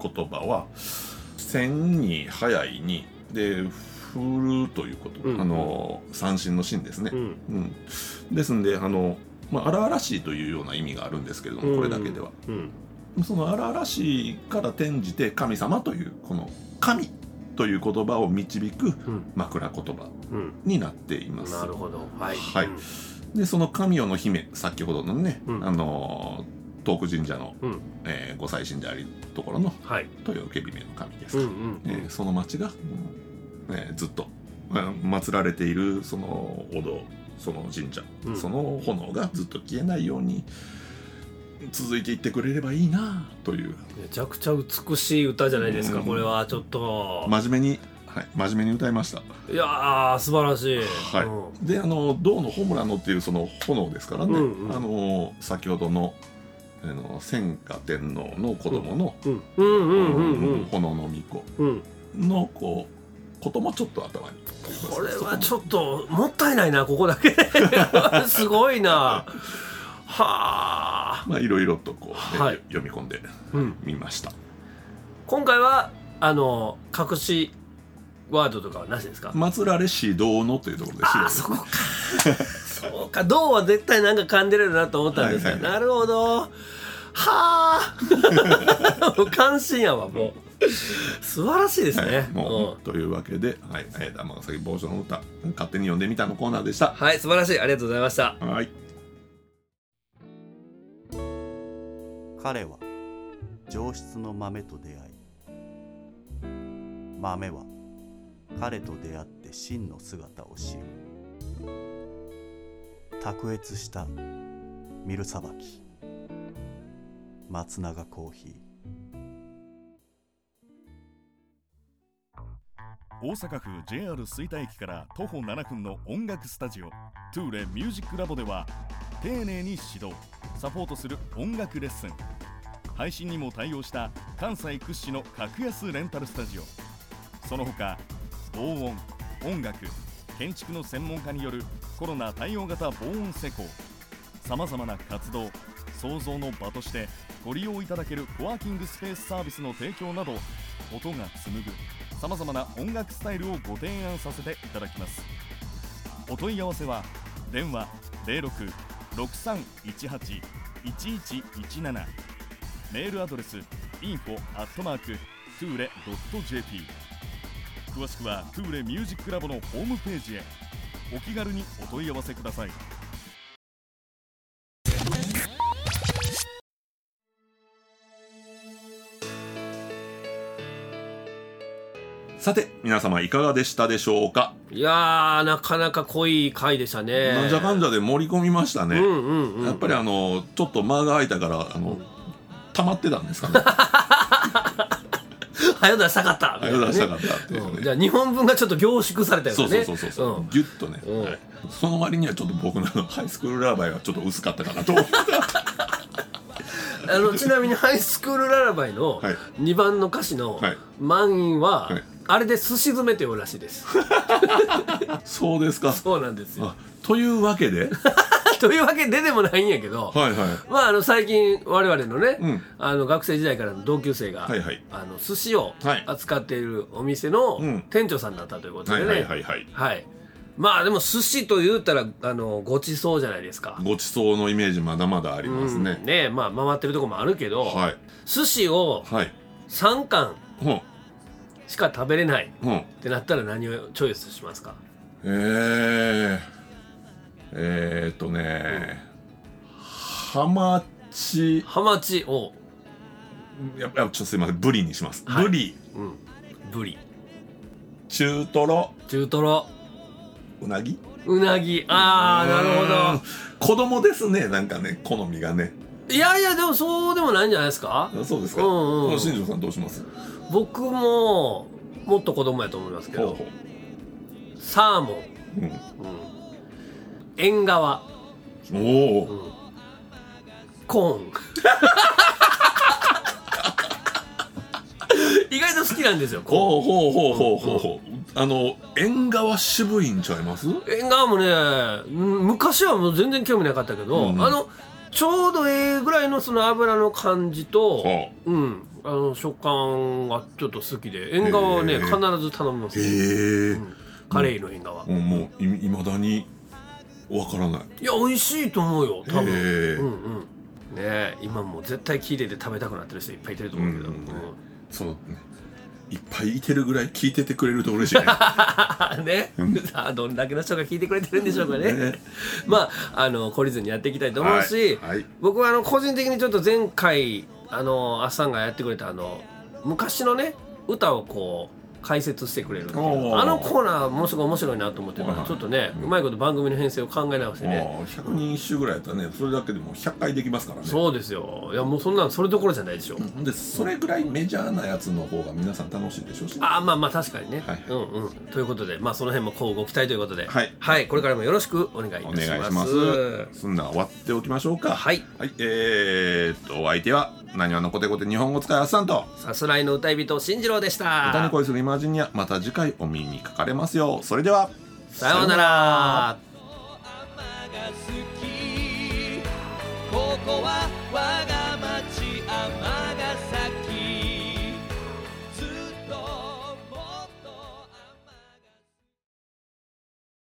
Speaker 1: 言葉は「線に早いに」で「振る」ということ、
Speaker 2: うん
Speaker 1: あの三振の芯ですね、
Speaker 2: うん
Speaker 1: うん、ですんであの、まあ、荒々しいというような意味があるんですけれどもこれだけでは、
Speaker 2: うん
Speaker 1: その荒々しいから転じて神様というこの「神」という言葉を導く
Speaker 2: うん
Speaker 1: 枕言葉
Speaker 2: うん
Speaker 1: になっています
Speaker 2: なるほどはい
Speaker 1: はい
Speaker 2: うん
Speaker 1: でその神代の姫先ほどのね、
Speaker 2: うん
Speaker 1: あの東福神社の、
Speaker 2: うん
Speaker 1: えーご祭神であるところの
Speaker 2: はい
Speaker 1: 豊受姫の神ですか
Speaker 2: うん
Speaker 1: ら、
Speaker 2: うん
Speaker 1: えーその町が、うんえーずっと、まあ祀られているそのお堂その神社、
Speaker 2: うん
Speaker 1: その炎がずっと消えないように続いていってくれればいいなという
Speaker 2: めちゃくちゃ美しい歌じゃないですか
Speaker 1: うん
Speaker 2: これはちょっと
Speaker 1: 真面目に、はい、真面目に歌いました。
Speaker 2: いやー素晴らしい
Speaker 1: はい
Speaker 2: うん
Speaker 1: であの銅のホムラノっていうその炎ですからね、
Speaker 2: うんうん
Speaker 1: あの先ほどのあの千華天皇の子供の、
Speaker 2: うんうんうんうんうん
Speaker 1: 炎の巫女
Speaker 2: うん
Speaker 1: のこうこともちょっと頭に
Speaker 2: これはち
Speaker 1: ょっ
Speaker 2: ょっともったいないなここだけ [LAUGHS] すごいなはあ、
Speaker 1: まあいろいろとこう、ね
Speaker 2: はい
Speaker 1: 読み込んで
Speaker 2: うん、
Speaker 1: みました
Speaker 2: 今回はあの隠しワードとかはなしですか、
Speaker 1: 祀られし道のというところで
Speaker 2: ああ
Speaker 1: し
Speaker 2: そこか [LAUGHS] そうか銅は絶対なんか噛んでるよなと思ったんですけ
Speaker 1: はい
Speaker 2: ど、
Speaker 1: はいは
Speaker 2: なるほどはあ [LAUGHS] もう関心やわもう素晴らしいですね、
Speaker 1: はい、も
Speaker 2: うん
Speaker 1: うというわけで「はいえー、尼崎坊主の歌勝手に読んでみた」のコーナーでした。
Speaker 2: はい素晴らしいありがとうございました
Speaker 1: はい
Speaker 5: 彼は上質の豆と出会い豆は彼と出会って真の姿を知る卓越したミルさばき松永コーヒー
Speaker 6: 大阪府 JR 吹田駅から徒歩7分の音楽スタジオトゥーレミュージックラボでは丁寧に指導サポートする音楽レッスン配信にも対応した関西屈指の格安レンタルスタジオその他防音音楽建築の専門家によるコロナ対応型防音施工さまざまな活動創造の場としてご利用いただけるコワーキングスペースサービスの提供など音が紡ぐさまざまな音楽スタイルをご提案させていただきますお問い合わせは電話0663181117メールアドレス info t u r e j p 詳しくはトゥーレミュージックラボのホームページへお気軽にお問い合わせください
Speaker 1: さて皆様いかがでしたでしょうか、
Speaker 2: いやー、なかなか濃い回でしたね。
Speaker 1: なんじゃかんじゃで盛り込みましたね、
Speaker 2: うんうんうん。
Speaker 1: やっぱりあのちょっと間が空いたからあの溜まってたんですか
Speaker 2: [LAUGHS]
Speaker 1: ね
Speaker 2: 早出したかったみ
Speaker 1: あ
Speaker 2: た
Speaker 1: れ
Speaker 2: いなね
Speaker 1: 出したかったっていうね、
Speaker 2: うんじゃあ、日本分がちょっと凝縮されたよね。
Speaker 1: そうそうそうそうそう、ギュッとね、
Speaker 2: ん
Speaker 1: はいその割にはちょっと僕の [LAUGHS] あのハイスクールラバイはちょっと薄かったかな
Speaker 2: [LAUGHS]
Speaker 1: と
Speaker 2: あのちなみにハイスクールララバイの
Speaker 1: はい
Speaker 2: 2番の歌詞の
Speaker 1: はい
Speaker 2: 満員は、
Speaker 1: はい
Speaker 2: あれで寿司詰めておるらし
Speaker 1: [LAUGHS]
Speaker 2: いです。
Speaker 1: そうですか
Speaker 2: そうなんですよ
Speaker 1: あ。というわけで
Speaker 2: というわけででもないんやけど、
Speaker 1: はいは
Speaker 2: まああの最近我々のね、
Speaker 1: うん
Speaker 2: あの学生時代からの同級生が、
Speaker 1: はいはい
Speaker 2: あの寿司を
Speaker 1: はい
Speaker 2: 扱っているお店の
Speaker 1: うん
Speaker 2: 店長さんだったということ
Speaker 1: いはい
Speaker 2: でね、
Speaker 1: はいはいはい
Speaker 2: はいまあでも寿司と言うたらあのごちそうじゃないですか。
Speaker 1: ごちそうのイメージまだまだありますね、
Speaker 2: うんねまあ回ってるとこもあるけど、
Speaker 1: はい
Speaker 2: 寿司を
Speaker 1: はい
Speaker 2: 3貫
Speaker 1: うん
Speaker 2: しか食べれない
Speaker 1: うん
Speaker 2: ってなったら何をチョイスしますか
Speaker 1: えー、えー、っとねハマチ
Speaker 2: ハマチを、
Speaker 1: ややちょっとすいませんブリにします、
Speaker 2: はい
Speaker 1: ブリ
Speaker 2: うん、ブリ
Speaker 1: 中トロ
Speaker 2: 中トロ
Speaker 1: うなぎ
Speaker 2: うなぎああなるほ
Speaker 1: ど子供ですねなんかね好みがね
Speaker 2: どいやいやでもそうでもないんじゃないですか
Speaker 1: あそうですか、
Speaker 2: うんうんうん
Speaker 1: 新庄さんどうします
Speaker 2: 僕ももっと子供やと思いますけ
Speaker 1: ほう
Speaker 2: ど
Speaker 1: ほ
Speaker 2: サーモ
Speaker 1: う、うん、
Speaker 2: ン、うん、縁側、
Speaker 1: お
Speaker 2: う
Speaker 1: お
Speaker 2: ん、コーン意外と好きなんですよコーン
Speaker 1: ほうほうほうほうほうほうあの縁側渋いんちゃいます
Speaker 2: 縁側もねうん昔はもう全然興味なかったけど、
Speaker 1: うんうん
Speaker 2: あのちょうどええぐらいのその油の感じと、
Speaker 1: は
Speaker 2: うん、あの食感がちょっと好きで縁側はね
Speaker 1: へえ
Speaker 2: 必ず頼みます、
Speaker 1: へえ
Speaker 2: うんカレイの縁側、い
Speaker 1: もうもういいまだにわからない
Speaker 2: や美味しいと思うよ多
Speaker 1: へ
Speaker 2: 分、
Speaker 1: え
Speaker 2: うんうんねえ今もう絶対聞いてて食べたくなってる人いっぱいいてると思うけど、
Speaker 1: うんうんうんそうねいっぱいいてるぐらい聞いててくれると嬉しいね
Speaker 2: うんね、 [LAUGHS] さあどんだけの人が聞いてくれてるんでしょうかね
Speaker 1: ね
Speaker 2: まああの懲りずにやっていきたいと思うし、
Speaker 1: はいはい
Speaker 2: 僕はあの個人的にちょっと前回あのあっさんがやってくれたあの昔のね歌をこう解説してくれるっていう
Speaker 1: おー
Speaker 2: あのコーナーものすごい面白いなと思ってるか
Speaker 1: はいは
Speaker 2: ら
Speaker 1: い
Speaker 2: ちょっとねうまいこと番組の編成を考え直してね
Speaker 1: ああ100人一首ぐらいやったらねそれだけでもう100回できますからね
Speaker 2: そうですよいやもうそんなんそれどころじゃないでしょ
Speaker 1: うんでそれぐらいメジャーなやつの方が皆さん楽しいでしょうしね
Speaker 2: ああまあまあ確かにね、
Speaker 1: はい
Speaker 2: うんうんということでまあその辺もこうご期待ということで
Speaker 1: はい
Speaker 2: これからもよろしくお願いいたし
Speaker 1: お
Speaker 2: ます
Speaker 1: 願いします。そんなん終わっておきましょうか。
Speaker 2: はい。
Speaker 1: はい。えー、っと、お相手は、なにわのコテコテ日本語使いあっさんと、
Speaker 2: さすらいの歌い人新次郎でした
Speaker 1: 歌に恋するイマジニア、また次回お耳にかかれますよう。それでは、
Speaker 2: さようなら
Speaker 4: ここは我が町甘い